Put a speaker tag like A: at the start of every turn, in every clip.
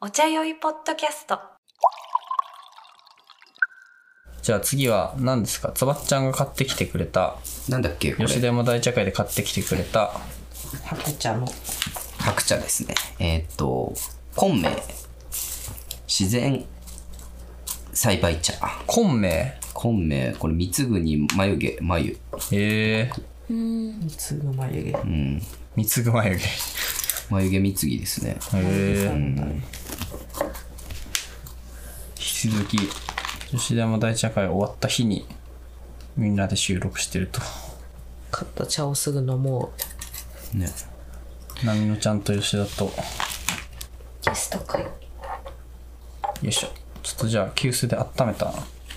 A: お茶酔いポッドキャスト
B: じゃあ次は何ですかつばっちゃんが買ってきてくれた
C: なんだっけこ
B: 吉
C: れ
B: 田山大茶会で買ってきてくれた
D: 白茶の
C: 白茶ですねえーっと昆明自然栽培茶
B: 昆明へ
C: 昆明これ三つに眉毛眉
B: えー、
D: 普通の眉毛
B: 三つぐ眉毛へ
C: 眉毛三つですね
B: えー、引き続き吉田山大茶会終わった日にみんなで収録してると
D: 買った茶をすぐ飲も
C: ね
B: なみのちゃんと吉田と
A: ゲスト会
B: よいしょちょっとじゃあ急須で温めた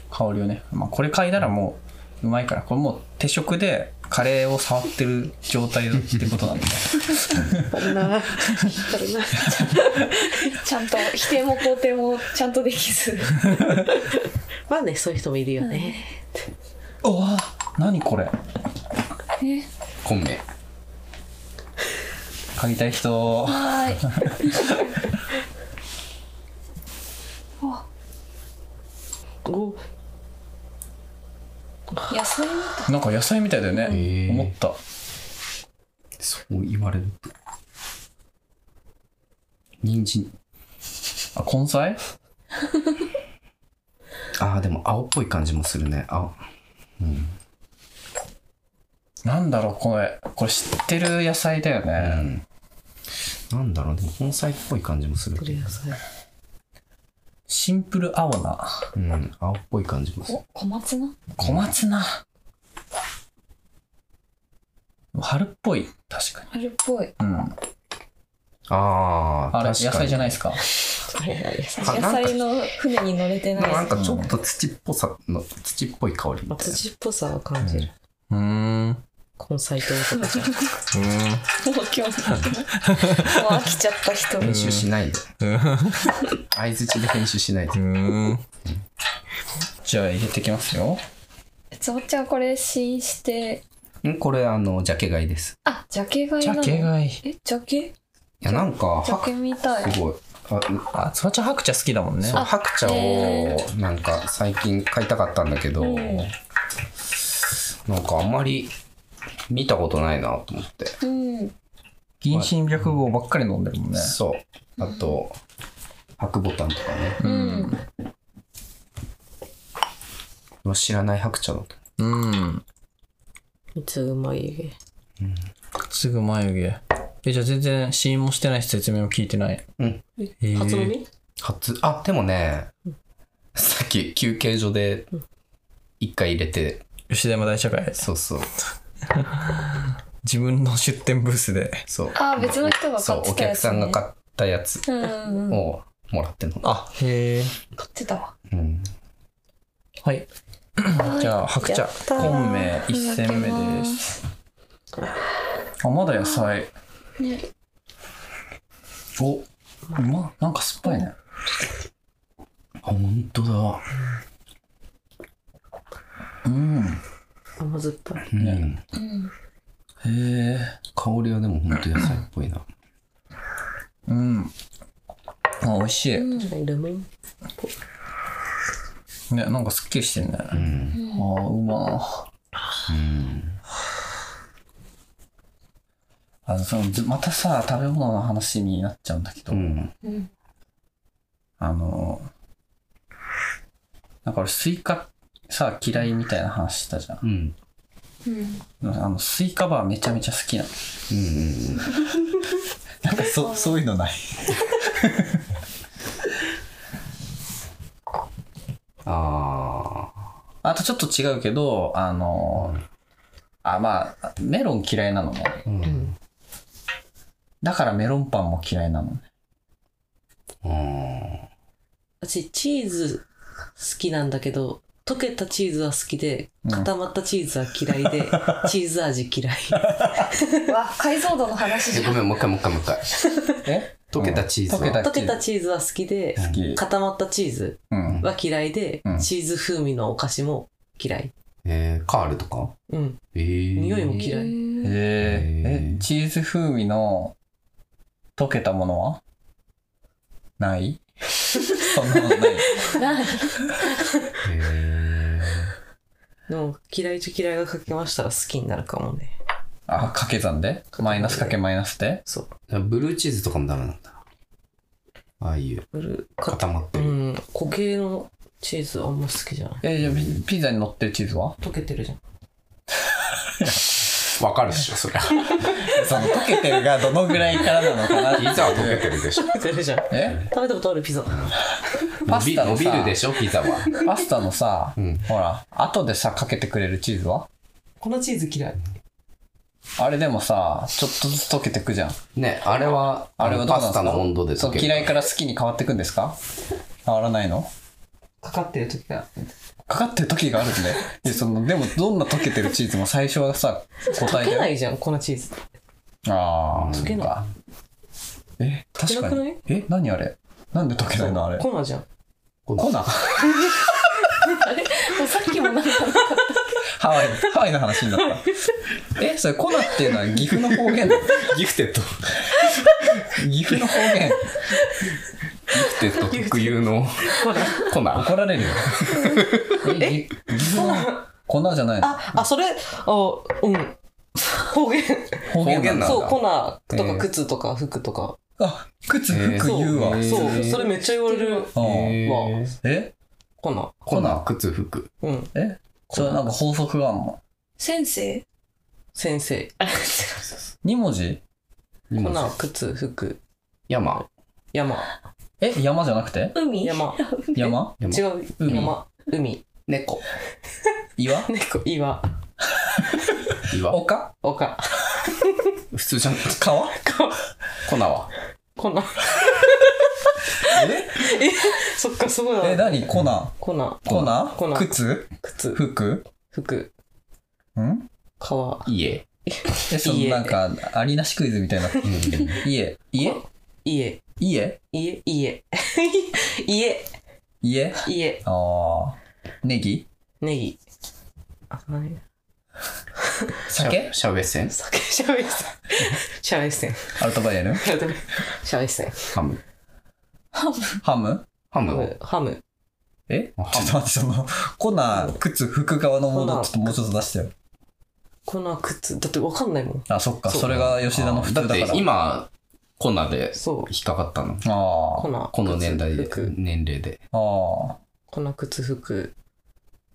B: 香りをね、まあ、これ嗅いだらもううまいからこれもう手食でカレーを触ってる状態だってことなんで
D: うな光るな
A: ちゃんと否定も肯定もちゃんとできず
D: まあねそういう人もいるよね、
B: おわ何これ
C: 昆明
B: 嗅ぎたい人
A: はい
D: お
A: 野菜みたい
B: なんか野菜みたいだよね
C: へー
B: 思った
C: そう言われると人参
B: あ根菜
C: ああでも青っぽい感じもするね青
B: なんだろうこれこれ知ってる野菜だよ
C: う
B: ね、
C: んなんだろうでも根菜っぽい感じもする
D: これ野菜
B: シンプル青菜
C: うん青っぽい感じもする
A: お小松菜
B: 小松菜春っぽい確か
A: あれっぽい
B: にうん
C: ああ
B: あれ野菜じゃないですか
A: 野
C: なんか
A: 菜の船に乗れてない
C: なんかちょっと土っぽさの土っぽい香りみたいな
D: 土っぽさは感じる、
B: うーんう
D: 根菜と男じゃん
B: ーん
A: もう今日ももう飽きちゃっ た人
C: 編集しないで 相づちで編集しないで
B: うんじゃあ入れてきますよ
A: つぼっちゃんこれ試飲して
C: んこれあのジャケ買いです
A: あジャケ買い
B: ジ
A: なの
B: ャケ買い
A: えジャケ
C: いやなんか
A: ジャケ
C: 白
A: みたい
C: すごいあ
B: あつばちゃん白茶好きだもんね
C: そう白茶をなんか最近買いたかったんだけど、
A: うん
C: なんかあんまり見たことないなと思って、
A: うん
B: 銀針白号ばっかり飲んでるもんね
C: そうあと白ボタンとかね
A: うん
C: 知らない白茶だと
B: うん
D: 三つ眉毛
B: すぐ眉毛えじゃあ全然試飲もしてないし説明も聞いてない
C: うん
B: えー
D: 初飲み
C: 初あでもね、さっき休憩所で一回入れて
B: 吉田山大社会
C: そうそう
B: 自分の出店ブースで
C: そう
A: あ別の人が買って
C: そうお
A: たや
C: 客
A: つ、ね、
C: さんが買ったやつ
A: うんうんうん
C: をもらっての、
B: あへえ
A: 買ってたわ
C: うん、
B: はいじゃあ白
D: や
B: 茶
D: ったー
B: 昆明1
A: いた
B: 戦
A: だき
B: 目
A: ま
B: です
A: す
B: あまだ野菜
A: ね
B: おうまなんか酸っぱいね
C: あ本当だ
B: うん
D: 甘酸っぱい
C: うん
A: うん
B: へえ
C: 香りはでも本当野菜っぽいな
B: うんあ美味しいね
D: レモン
B: なんかすっきりしてるねあ
C: うん
B: ーうま
C: うん
B: あのそのずまたさ食べ物の話になっちゃうんだけど、
C: うん
A: うん
B: あのなんか俺スイカさ嫌いみたいな話したじゃん
C: うん
A: うん
B: あのスイカバーめちゃめちゃ好きなの
C: うん
B: なんかそそういうのない
C: ああ
B: あとちょっと違うけどあのあまあメロン嫌いなのね
C: うんうん
B: だからメロンパンも嫌いなのね
D: 私チーズ好きなんだけど溶けたチーズは好きで固まったチーズは嫌いで、 チーズ味嫌い
A: わ解像度の話じ
C: え
A: ゃ
C: ごめんもう一回もう一回もう一回
B: え
C: 溶けたチーズは
B: 溶けた
D: 溶けたチーズは好きで
B: 好き
D: 固まったチーズ
B: うん
D: は嫌いで、
B: うん
D: チーズ風味のお菓子も嫌い
C: えー、カールとか
D: うん
C: えー、
D: 匂いも嫌い
A: ん
B: えー、
C: へー
B: えチーズ風味の溶けたものはない そんなことない。
A: ない。
C: へ
D: でも、嫌いと嫌いがかけましたら好きになるかもね。
B: あ、掛け算でマイナスかけマイナスで
D: そう。
C: え。ブルーチーズとかもダメなんだ。ああいう
D: ブルーか
C: 固まって
D: う
C: る。
D: ん、固形のチーズあんま好きじゃない。
B: え、じゃあピピザに乗ってるチーズは
D: 溶けてるじゃん。
C: わかるっしょ、そりゃ。
B: その溶けてるがどのぐらいからなのかなって
C: ピザは溶けてるでしょ。
D: 溶けてるじゃん。
B: え
D: 食べたことあるピザ。
B: パ
C: 伸
B: ス
C: び
B: タの
C: 伸
B: さ
C: びるでしょ、ピザは。
B: パスタのさ、
C: うん
B: ほら、後でさ、かけてくれるチーズは
D: このチーズ嫌い。
B: あれでもさ、ちょっとずつ溶けてくじゃん。
C: ね、あれは、
B: あれはどうな
C: パ
B: んで
C: ス
B: すか
C: タの温度で溶
B: そう
C: ける。
B: 嫌いから好きに変わってくんですか変わらないの
D: かかってる時が。
B: かかってる時があるんで。いや、その、でもどんな溶けてるチーズも最初はさ、答
D: 溶
B: え
D: けな
B: で。
D: いじゃん、このチーズ。
B: ああ、
D: 溶けな
B: え、確か
D: 溶けなくな
B: に
D: い。
B: え、何あれなんで溶けないのあれ。
D: い。粉じゃん。
B: 粉 ハ
A: さっきもなんか、
B: ワイ、ハワイの話になった。え、それ粉っていうのは岐阜の方 言なの
C: ギフテッド。
B: 岐阜の方言。
C: ギフテッド特有の粉。粉
B: 怒ら れるよ。え、岐阜の粉じゃないの
D: あ、あ、それ、あ、うん。方言。
B: 方言な
C: 方言
B: ん
C: な
B: だ。
C: ん
D: そう、粉
B: え
D: とか
B: ー
D: 靴とか服とか。
B: あ、靴、
C: えー
B: 服、言うわ。
D: そう、それめっちゃ言われる。
B: うん
C: へー
D: わ
B: え
D: 粉。
C: 粉、靴、服。
D: うん。
B: えそれなんか法則があんの
A: 先生
D: 先生。
B: 二文字
C: 荷
D: 粉
C: 物、
D: 靴、服、
C: 山。
D: 山。
B: え山じゃなくて
A: 海
D: 山。
B: 山
D: 違う。
B: 海
D: 山。海。
C: 猫。
B: 岩
D: 猫。岩。
C: 岩。
B: 丘
D: 丘。
C: 普通じゃん。
B: 川
C: 粉は。
D: 粉。そっか、すごいな。
B: え、何粉
D: 粉、
B: 粉
D: 粉
B: 靴
D: 靴、
B: 服
D: 服、
B: ん
D: 川、
C: 家。
B: え、その
D: 家
B: なんか、ありなしクイズみたいな。家家
D: 家、
B: 家
D: 家、家、 家、
B: 家
D: 家、
B: あー。ネギ
D: ネギ。あ、何
B: 酒
C: シャウエッセン。
D: 酒、シャウエッセン。 シャウエッセン。
B: アルトバイエルン
D: シャウエッセン。
C: ハム。
B: ハム
C: ハ
D: ハ
C: ムを
D: ム、ハム、
B: え
C: ハム
B: ちょっと待って、その、粉、靴、服側のもの、
D: 粉
B: ちょっともうちょっと出してよ。
D: 粉、靴。だってわかんないもん。
B: あ、そっか、
D: そう
B: それが吉田の普通
C: だ
B: だ
C: っ
B: か
C: て
B: ら。
C: 今、粉で
D: そう。
C: 引っかかったの。
B: あ
D: 粉、
B: ー
C: この年代で
D: 靴、服、
C: 年齢で。
B: あ
D: 粉、靴、服、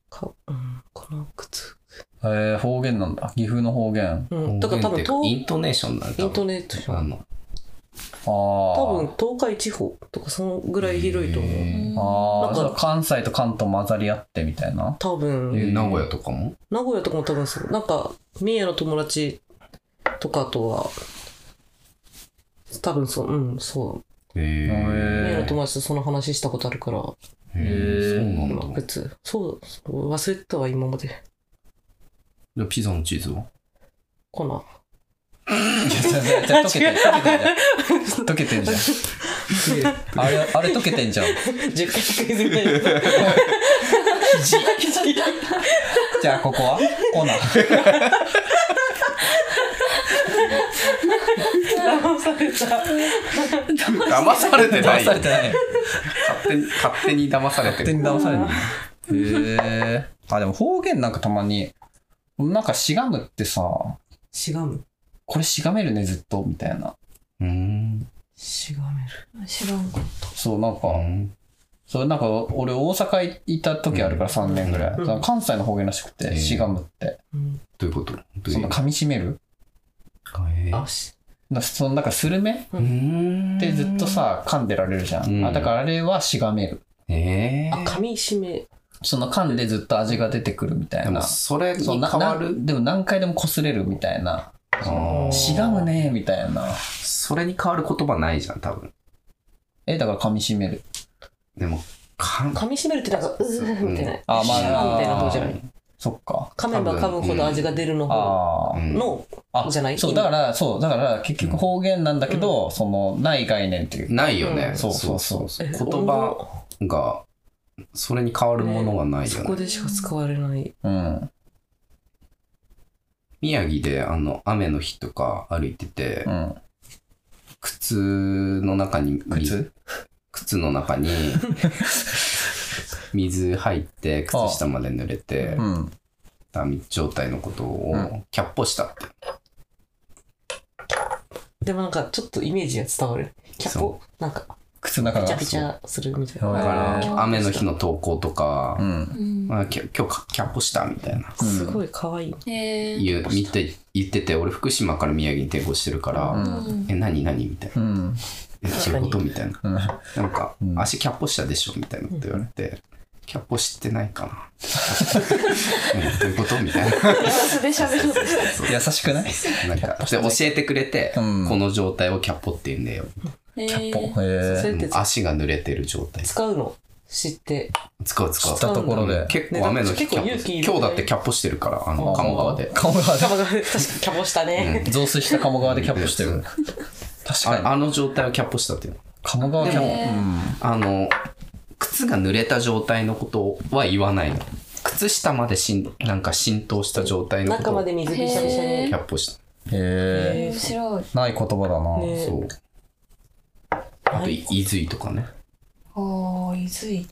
D: か、うん、粉、靴、服。
B: ー。えー、方言なんだ。岐阜の方言。あ
D: うん。だから多分、
C: イン
D: 東、
C: トネーションなんだ。
D: イントネーション
C: あの
B: あ。多
D: 多分、東海地方とかそのぐらい広いと思う。
C: へ
B: あ
D: な
B: あ、
D: ん
B: じ
D: か
B: ゃあ関西と関東混ざり合ってみたいな。
D: 多分、
C: ーえ名古屋とかも
D: 名古屋とかも多分そう。なんか、三重の友達とかとは、多分そう、うん、そう。
C: へ
B: へ
D: 三
B: え
D: 重の友達とその話したことあるから、
C: え。へ
B: へー
C: ーそうなん
D: 今、
C: だ。
D: 靴。そう、そう忘れてたわ、今まで。
C: でピザのチーズは
D: 粉。
B: い
D: あ
B: や全然溶けてる溶けてるじゃん。溶けてるじゃん。あれ、あれ溶けてんじゃん。
D: 10回クイズみたいな。
B: じゃあここは粉。
D: 騙された。
C: 騙されてない
B: 騙
C: よ
B: されてない。
C: 勝手に勝手に騙されて
B: 勝手
C: る
B: に騙されてる。へえ。あ、でも方言なんかたまに、なんかしがむってさ、
D: しがむ。
B: これしがめるね、ずっと、みたいな。
C: うーん
D: しがめる。
A: 知らんかっ
B: そう、なんか、
C: うん
B: そう、なんか、俺、大阪いた時あるから、3年ぐらい。
D: うん
B: その関西の方言らしく
C: へ
B: て、
C: え
B: しがむって。
D: うん。
C: どういうことどう
B: そ
C: い
B: の
C: う
B: 噛み締める
C: えー
D: あ、し、
B: なそのなんかスルメ
C: うーん
B: ってずっとさ噛んでられるじゃん、
C: うん
B: あだからあれはしがめる
C: え
D: あ、
C: ー
D: 噛み締め。
B: その噛んでずっと味が出てくるみた
C: で
B: いな
C: もそれに
B: そう
C: 変
B: な
C: わ
B: な
C: る
B: でも何回でも擦れるみたいな
C: あー
B: しがむねみたいな
C: それに変わる言葉ないじゃん多分
B: えだから噛み締める
C: でもかん
D: 噛み締めるってなんか、うーみたいな。
B: あまあ
D: しがむみたいな方じゃない。
B: そっか
D: 噛めば噛むほど味が出るの方
B: あー
D: の、
B: あ
D: じゃない
B: そうだからそうだから結局方言なんだけど、そのない概念っていう
C: ないよ
D: う
C: ね
D: ん
B: そうそうそう
C: 言葉がそれに変わるものがないよ
D: そ
C: ね
D: こでしか使われない。
B: うん
C: 宮城であの雨の日とか歩いてて
B: うん
C: 靴の中に
B: 靴
C: 靴の中に水入って靴下まで濡れて
B: うん。
C: ダミ状態のことをキャッポしたって
D: でもなんかちょっとイメージが伝わる。キャ
C: そ、
D: ポなんか、
B: 靴の中
D: ピ
B: が。
D: チャピチャするみたい
B: へ
D: な。
C: だか
B: え
C: ら雨の日の投稿とか、
B: うん。
A: うん
C: あきょ今日かキャッポしたみたいな
D: すごい可 愛い。
A: えー
C: 言う見て言ってて俺福島から宮城に転校してるから、
A: うん
C: え何何みたいな
B: うん。
C: えそういうことみたいな
B: うん。
C: なんか、
B: ん
C: 足キャッポしたでしょみたいなこと言われて、キャッポしてないかなうんどういうことみたいな
A: プラスで喋ろうとした
B: 優しくない
C: なんかで教えてくれて、
B: うん
C: この状態をキャッポって言うんだよ、
A: えー
B: へ
D: そ
B: え。
D: れって
C: もう足が濡れてる状態
D: 使うの知って。
C: 使う使う
B: 知ったところで。
C: 結構雨の
D: ね
C: 日
D: だって結構勇気いる
C: 今日だってキャッポしてるからあの鴨川で
B: 鴨川で
D: キャ。バが確かにキャポしたね。
B: 増水した鴨川でキャップしてる。確
C: あ
B: かに。
C: あの状態をキャッポしたっていうの
B: 鴨川キャ
A: でも
B: ッ
C: あの靴が濡れた状態のことは言わないの靴下までしんなんか浸透した状態のこ
D: 中
C: と
D: ま
C: を
D: で
C: キ
D: 水びしゃびしゃ
A: へ
D: に。
C: ャッポした
B: プ。へえ。
A: 面白い
B: ない言葉だな。
D: ね
C: そうあと
D: はい
C: 「いずい」とかね
A: ああ伊豆
B: 伊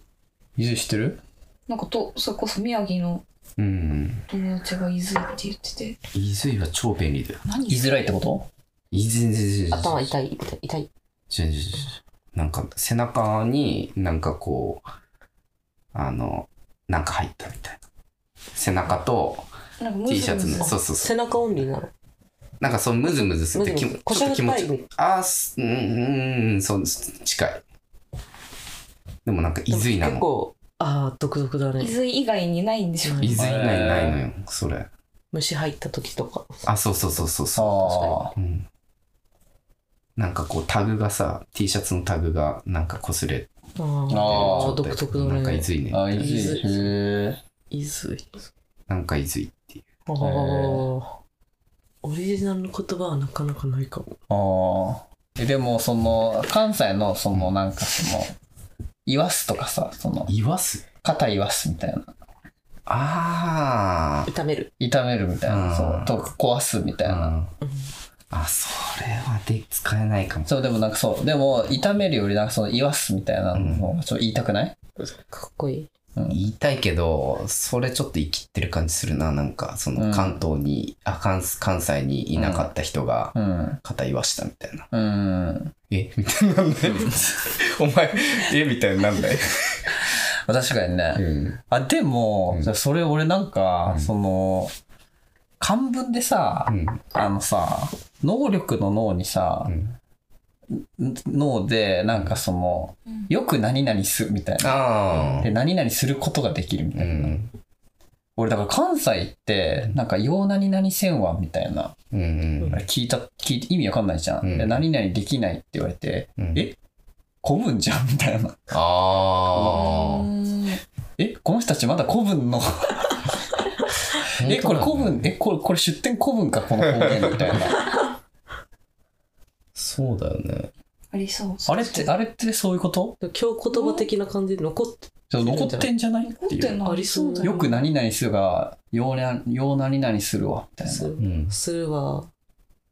B: 豆知ってる
A: なんかとそれこそ宮城の
C: うん
A: 友達が伊豆って言ってて
C: 「いずい」は超便利だよ
A: 何
B: 言いづらいってこと
C: いずいずいずいずい
D: 頭痛い、痛い、痛い。
C: じゃじゃじゃなんか背中になんかこうあのなんか入ったみたいな背中と
A: なんか
C: T シャツ
A: の
C: のそうそうそう
D: 背中オンリーなの。
C: なんかそのムズムズするってきも
D: ムズムズ
C: ちょっと気持
D: 腰
C: ち
D: が痛い
C: あーすうんうんうんそう近いでもなんか「いずい」な
D: 結
C: の
D: 構、ああ、独特だね。
A: 伊豆以外にないんでしょ
C: 「いずい」ないないのよそれ
D: 虫入った時とか。
C: あそうそうそうそうそう
B: ああ。
C: うんなんかこうタグがさ T シャツのタグがなんか擦れてる
D: あ
B: あ
D: ー
C: 状態
D: 独特だ
C: なんかい
D: ね。
C: ずいね
B: あ、伊豆。へえ。
D: いずい。
C: なんかいずいっていう
D: ああ。オリジナルの言葉はなかなかないか
B: あ
D: も。
B: あ。えでも、その、関西の、その、なんかその、言わすとかさ、その、
C: 言わす
B: 肩言わすみたいな。
C: あ
D: 痛める。
B: 痛めるみたいな。
C: うん
B: そう。とか、壊すみたい
C: あ、う
B: な。
C: ん、あそれはで使えないかも
B: そう、でもなんかそう。でも、痛めるより、なんかその、言わすみたいなのを、ちょっと言いたくない
D: かっこいい。
C: 言いたいけどそれちょっと生きってる感じするななんかそ
B: うん
C: の関東に、あ関関西にいなかった人が
B: うん。
C: 肩言わしたみたいな、
B: うん。
C: えみたいなんだよお前えみたいになんだよ、
B: 確かにね。
C: うん、
B: あ、でも、
C: うん
B: じゃあそれ俺なんか、
C: うん
B: その、漢文でさ、
C: うん
B: あのさ、能力の脳にさ
C: う、ん
B: ん脳で、なんかその、
A: うん
B: よく何々すみたいな。
C: あ
B: で、何々することができるみ
C: あう
B: たいな。
C: ん
B: 俺、だから関西って、なんか、よう何々せんわ、みたいな。
C: うんうん
B: 聞いた、聞いて、意味わかんないじゃん。
C: うん
B: で、何々できないって言われて、
C: うん
B: え古文じゃんみたいな。
C: ああ
B: えこの人たちまだ古文の、えこれ古文、えこれ、これ出典古文か、この方言みたいな。
C: そうだよね
A: ありそう
B: あれって、あれってそういうこと
D: 今日言葉的な感じで残って、
B: ちょっと残ってんじゃないって
A: 持っ
B: い
A: てん
B: う。
A: の
D: ありそうだ
B: よく何々するが、ような、よう何々するわ、みたいな。
D: す
C: うん
D: するわ。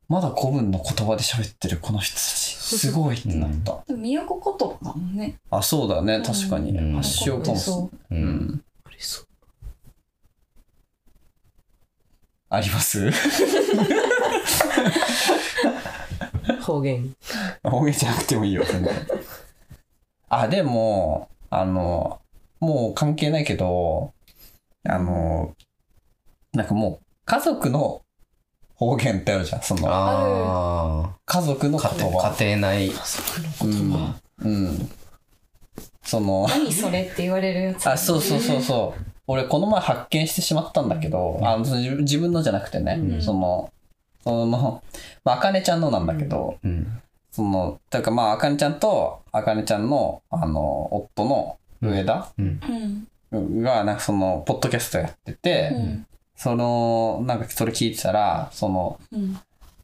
B: まだ古文の言葉で喋ってるこの人たち、すごいってなった。
A: 都言葉だもんね
B: あ、そうだね、確かに。
C: うん
B: 発祥かもしれない。
C: う
B: うんん。
D: ありそう。
B: あります
D: 方言。
B: 方言じゃなくても いいよ、全然あ、でも、あの、もう関係ないけど、あの、なんかもう、家族の方言ってあるじゃん、その、
C: あ
B: 家族の
C: あ
B: 言
C: 家庭
B: 葉。
C: 家庭内
B: うん。うん。その、
A: 何それって言われるやつ
B: あ、そうそうそうそう。俺、この前発見してしまったんだけど、あのその自分自分のじゃなくてね、
A: うん
B: その、その、まあ、あかねちゃんのなんだけど、
C: うん
B: その、というかまあ、あかねちゃんと、あかねちゃんの、あの、夫の上田
C: うん
A: うん
B: が、なんかその、ポッドキャストやってて、
A: うん
B: その、なんかそれ聞いてたら、その、
A: うん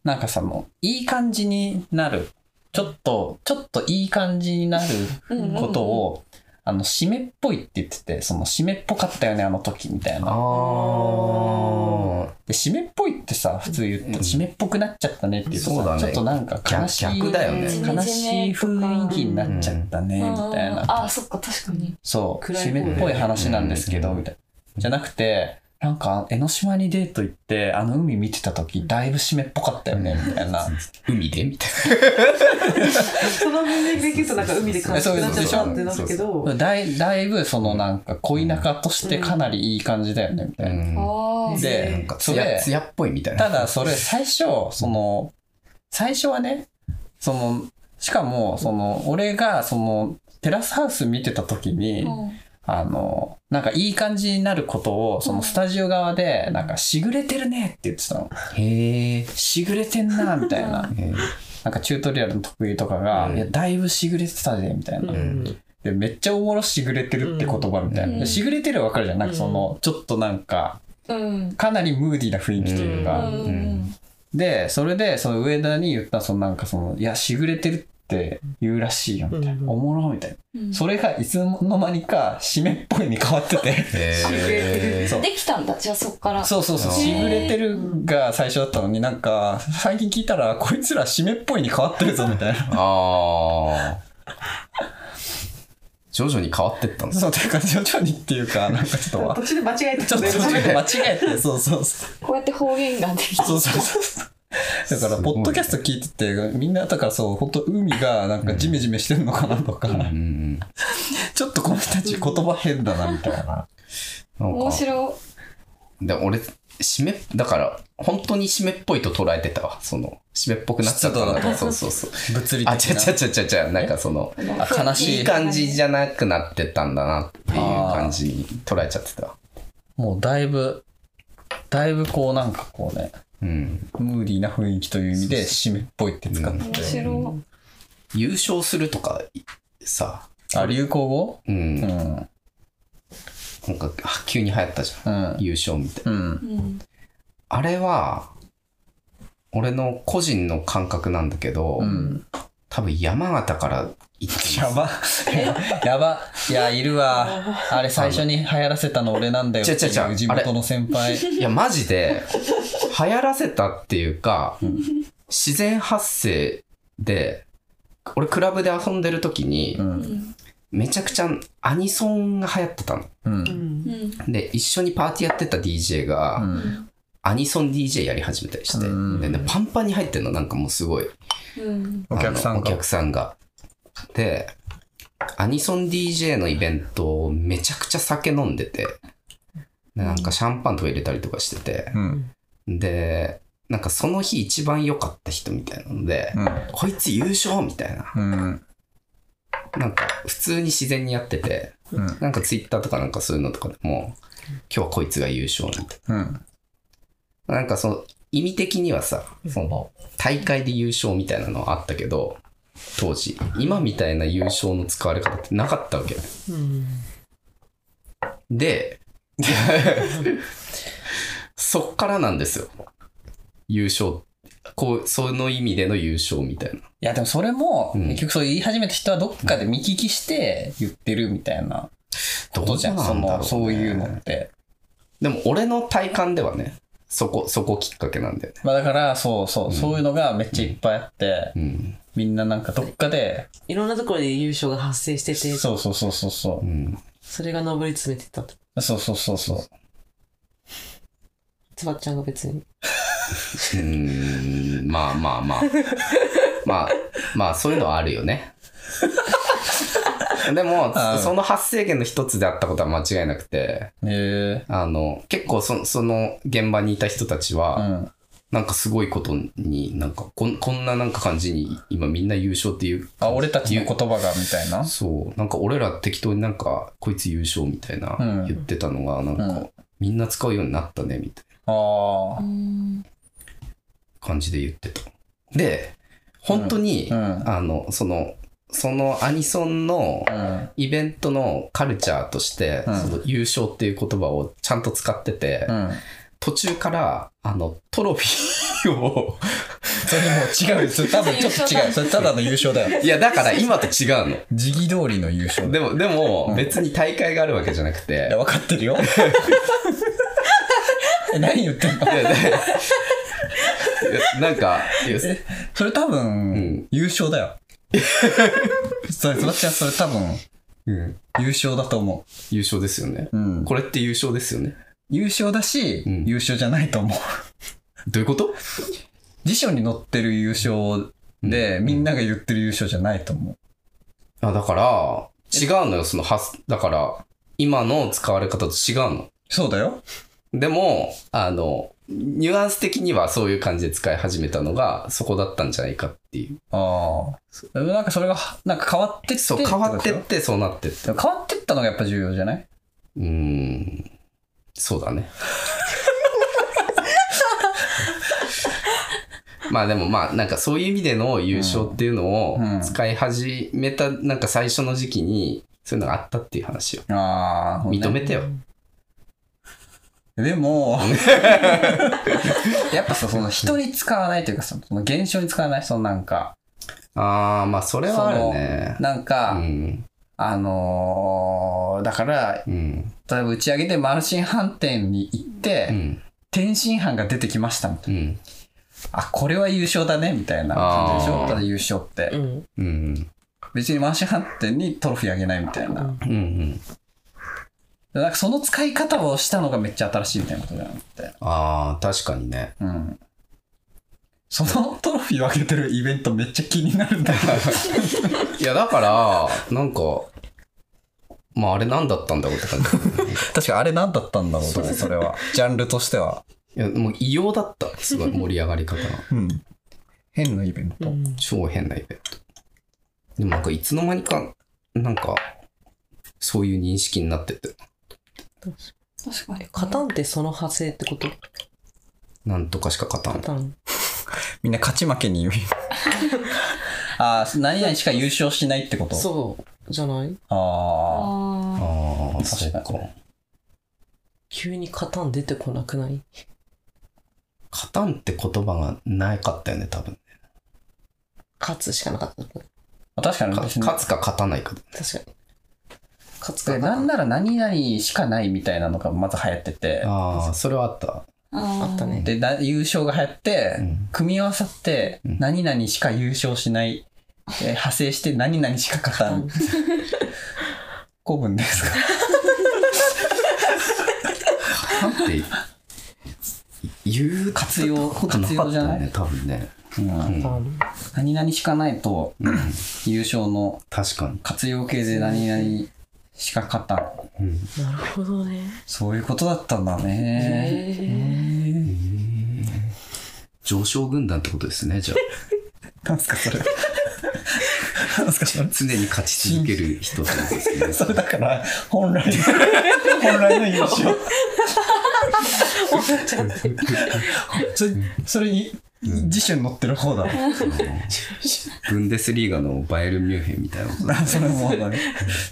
B: なんかさ、もう、いい感じになる。ちょっと、ちょっといい感じになる
A: うん
B: ことを、あの、湿っぽいって言ってて、その湿っぽかったよね、あの時みたいな。
C: ああ
B: の、で締めっぽいってさ、普通言った
C: うん
B: ら締めっぽくなっちゃったねっていうと
C: そう
B: さ、
C: だね
B: ちょっとなんか悲しい、
C: 逆だよね
B: 悲しい雰囲気になっちゃったね、みたいな。
A: ああ、そっか、確かに。
B: そう、
D: 暗い
B: 締
D: 方で
B: めっぽい話なんですけど、
C: うん
B: みたいな。じゃなくて、なんか、江ノ島にデート行って、あの海見てた時、だいぶ締めっぽかったよね、みたいな。
C: 海でみたい
E: その分類でいくとなんか海で悲しくなっちゃったってなるけど、
B: だいだいぶそのなんか恋仲としてかなりいい感じだよねみたいな、
C: な。
A: ああ、
B: で
C: なんか、
B: そ
C: つ
B: れ
C: や、つやっぽいみたいな。
B: ただそれ最初その最初はねそのしかもその俺がそのテラスハウス見てた時に、
A: うん
B: あのなんかいい感じになることをそのスタジオ側でなんかしぐれてるねって言ってたの
C: へえ。
B: しぐれてんなみたいな
C: へー
B: なんかチュートリアルの得意とかが、
C: うん
B: いやだいぶしぐれてたでみたいな、
D: うん
B: でめっちゃおもろしぐれてるって言葉みたいな、
A: うん
B: でしぐれてるはわかるじゃんなんかその、ちょっとなんか
A: うん。
B: かなりムーディーな雰囲気という
A: う
B: か、
A: ん。うん
B: でそれでその上田に言ったそのなんかそのいやしぐれてるって言うらしいよみたいな、
D: うん
B: おもろみたいな、
A: うん
B: それがいつの間にか締めっぽいに変わってて
C: へー
B: そう
A: できたんだ、じゃあそっから。
B: そうそうそう
C: へー
B: しぐれてるが最初だったのになんか最近聞いたらこいつら締めっぽいに変わってるぞみたいな
C: ああ。徐々に変わってったんです
B: そうというか徐々にっていう かなんかちょっとわ
E: 途中で間違えた
B: ちょっと間違えてそうそうそう
A: こうやって方言ができた。
B: そうそうそうそう。だから、
C: すごい
B: ポ
C: ね
B: ッドキャスト聞いてて、みんな、だからそう、本当海がなんかジメジメしてるのかなとか、
C: うんうん
B: ちょっとこの人たち言葉変だな、みたいな。
C: うん。な
A: 面
C: んか、
A: 白い。
C: で俺、締め、だから、本当に締めっぽいと捉えてたわ。その、締めっぽくなっちゃったな
B: 湿度
C: と。そうそう そう。
B: 物理的な。
C: あ、ちゃちゃちゃちゃちゃ、なんかその、
B: あ悲し
C: いい感じじゃなくなってったんだなっていう感じに捉えちゃってた。
B: もうだいぶ、だいぶこうなんかこうね、
C: うん。
B: ムーディーな雰囲気という意味で、締めっぽいって使って
A: 面
B: て。
A: 白
C: 優勝するとか、いさ、
B: あ、流行語う
C: う。
B: ん
C: なん
B: ん。
C: か、あ急に流行ったじゃん。
B: うん。
C: 優勝みたいな。
B: うん
A: い。。うん。
C: あれは、俺の個人の感覚なんだけど、
B: うん。
C: 多分山形から行ってます
B: やば。 やば。いや、いるわ。あれ最初に流行らせたの俺なんだよ。
C: ちゃちゃちゃ
B: 地元の先輩。
C: いや、マジで、流行らせたっていうか、自然発生で、俺クラブで遊んでる時に
B: う、ん。
C: めちゃくちゃアニソンが流行ってたの。
B: うん。
E: うん
A: うん。
C: で、一緒にパーティーやってた DJ が、
B: うん
C: アニソン DJ やり始めたりして、
B: うん
C: でね、パンパンに入ってんの、なんかもうすごい。
A: うん。
B: お客さん
C: あのお
B: が。
C: 客さんが。で、アニソン DJ のイベントをめちゃくちゃ酒飲んでて、でなんかシャンパンとか入れたりとかしてて、
B: うん。
C: で、なんかその日一番良かった人みたいなので、
B: うん。
C: こいつ優勝みたいな。
B: うん。
C: なんか普通に自然にやってて、
B: うん。
C: なんかツイッターとかなんかそういうのとかでも、今日はこいつが優勝みたい
B: うん。
C: な。なんかその意味的にはさ、その大会で優勝みたいなのはあったけど、当時、今みたいな優勝の使われ方ってなかったわけ。で、 そっからなんですよ。優勝。こう、その意味での優勝みたいな。
B: いや、でもそれも、
C: うん
B: 結局そう言い始めた人はどっかで見聞きして言ってるみたいなことじゃん。
C: どう
B: そ
C: なんだろう
B: の、
C: ね
B: そういうのって。
C: でも俺の体感ではね、そこ、そこきっかけなんだよね。
B: まあだから、そうそう、
C: ん
B: そういうのがめっちゃいっぱいあって、
C: うん。
B: みんななんかどっかで、
D: いろんなところで優勝が発生してて、
B: そうそうそうそうそうう。
C: ん。
D: それが上り詰めてったと。
B: そうそうそうそう。
D: つばっちゃんが別に。
C: うんまあまあ まあ。まあ、まあそういうのはあるよ ね。でも、
B: うん
C: その発生源の一つであったことは間違いなくて、
B: へえ。
C: あの、結構そその現場にいた人たちは、
B: うん。
C: なんかすごいことに、なんかこんこんななんか感じに今みんな優勝っていう。
B: あ、俺たちの言葉がみたいな。
C: そう。なんか俺ら適当になんか、こいつ優勝みたいな
B: うん
C: 言ってたのが、なんか、
B: うん
C: みんな使うようになったね、みたい
B: あ
A: うん。
C: な感じで言ってた。で、本当に、
B: あ。うん。
C: あの、その、そのアニソンの
B: うん。
C: イベントのカルチャーとして、
B: うん
C: その優勝っていう言葉をちゃんと使ってて、
B: うん。
C: 途中から、あの、トロフィーを、
B: それもう違うよ。 それ多分ちょっと違う。それただの優勝だよ。
C: いや、だから今と違うの。
B: 時期通りの優勝だよ
C: でも、でも、別に大会があるわけじゃなく
B: いや、
C: て、
B: 分かってるよ。 え何言ってんの
C: いやだいやなんか、いや
B: えそれ多分、
C: ん
B: 優勝だよ。 それ、そらちゃん、それ多分、
C: うん、
B: 優勝だと思
C: 優勝ですよね。
B: う。うん。
C: これって優勝ですよね。
B: 優勝だし、
C: うん
B: 優勝じゃないと思う。
C: どういうこと
B: 辞書に載ってる優勝で、みんなが言ってる優勝じゃないと思う。
C: あ、だから、違うのよ、その発、だから、今の使われ方と違うの。
B: そうだよ。
C: でも、あの、ニュアンス的にはそういう感じで使い始めたのが、そこだったんじゃないかっていう。
B: ああ。でもなんかそれが、なんか変わってって。
C: そう、変わって
B: っ
C: ってて、そうなってっ
B: こと
C: て。
B: でしょ。でも変わってったのがやっぱ重要じゃないう
C: ーん、そうだね。まあでもまあなんかそういう意味での優勝っていうのを
B: うんうん
C: 使い始めたなんか最初の時期にそういうのがあったっていう話を
B: ああ、
C: 認めてよ。
B: で も、やっぱさ、その人に使わないというかさ、その現象に使わない、そのなんか、
C: ああまあそれはあるね。
B: なんか、
C: うん。
B: あのーだから、
C: うん。
B: 例えば打ち上げでマルシン飯店に行って、
C: うん。
B: 天津飯が出てきましたみたい
C: うん。
B: な。あ、これは優勝だね、みたいな感じでし
C: あ
B: ょ
C: ー
B: ただ優勝って。
D: うん。
C: うん。
B: 別にマルシン飯店にトロフィーあげないみたいな。
C: うん。うん。
B: なんかその使い方をしたのがめっちゃ新しいみたいなことだなって。
C: ああ、確かにね。
B: うん。そのトロフィーをあげてるイベントめっちゃ気になるんだけど。
C: いやだから、なんか、まああれ何だったんだろうって感じ。
B: 確かあれ何だったんだろうと思うそれは。ジャンルとしては。
C: いやもう異様だった。すごい盛り上がり方が。
B: うん。変なイベント。
C: 超変なイベント。でもなんかいつの間にか、なんか、そういう認識になってて、
A: 確かに。
D: カタンってその派生ってこと
C: なんとかしか勝た
D: カ
C: ん。
D: タン。
B: みんな勝ち負けに ああ、何々しか優勝しないってこと
D: そう。じゃない
B: あ
A: あ
C: ああ、そ
B: 確
C: う
B: かに
C: か。
D: 急にカタン出てこなくない
C: 勝たんって言葉がなかったよね、多分。
D: 勝つしかなかった。確か
B: あ。確かに
C: か
B: 私ね
C: 勝つか勝たないか。
D: に。勝つ
B: で
D: かな
B: なんなら何々しかないみたいなのがまず流行ってて、
C: ああ、それはあった。
A: あ。あ
D: あったね。
B: で、な優勝が流行って、
C: うん
B: 組み合わさって、
C: うん
B: 何々しか優勝しない、えー派生して何々しか勝たん。 古文ですか
C: 勝た んって、言う
B: 活用
C: ことなかったよね、多分ね。
B: うん
D: カタン
B: 何々しかないと、優勝の
C: 確かに。
B: 活用形で何々しか勝たん。
C: うん
D: なるほどね。
B: そういうことだったんだね。
C: へー上昇軍団ってことですね、じゃあ。
B: なんすかそれ。 なんすかそれ。
C: 常に勝ち続ける人ってことです ね。
B: それだから、本来の、本来の優勝。それ、それに、辞書に載ってる方だ。
C: ブンデスリーガのバイエルンミュンヘンみたいなことだ。
B: それもだね。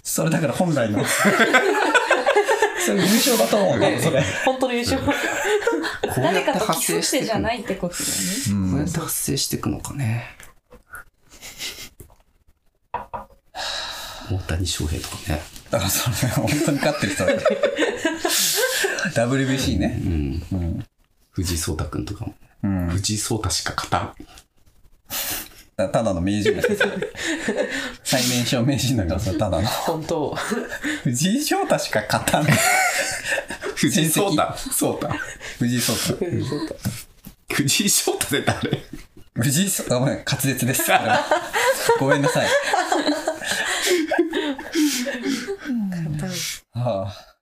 B: それだから本 来の。それ優勝だと思うね、それ。
D: 本当の優勝。
C: こうやっ
A: 誰
C: て
A: かと
C: 発
A: キ
C: 生
A: ス
C: し
A: して
C: い
A: て
C: く
A: じゃないってことだよ
B: う
C: こうや
B: ん
C: っ。て発生していくのか ね。大谷翔平とかね。
B: だからそれ、本当に勝ってる人だから WBC ね。
C: うん。
B: うん。
C: 藤井聡太くんとかも。
B: うん。だ
C: 藤井聡太しか勝たん。
B: からただの名人だからさ最年少名人だからさ、ただの。
D: 本当。
B: 藤井聡太しか勝たん。
C: 藤井聡
B: 成
C: 太。聡太。
B: 藤井聡太。
C: 藤井聡太で誰
B: 藤井聡太、ごめん、滑舌です。これはごめんな さい。はあ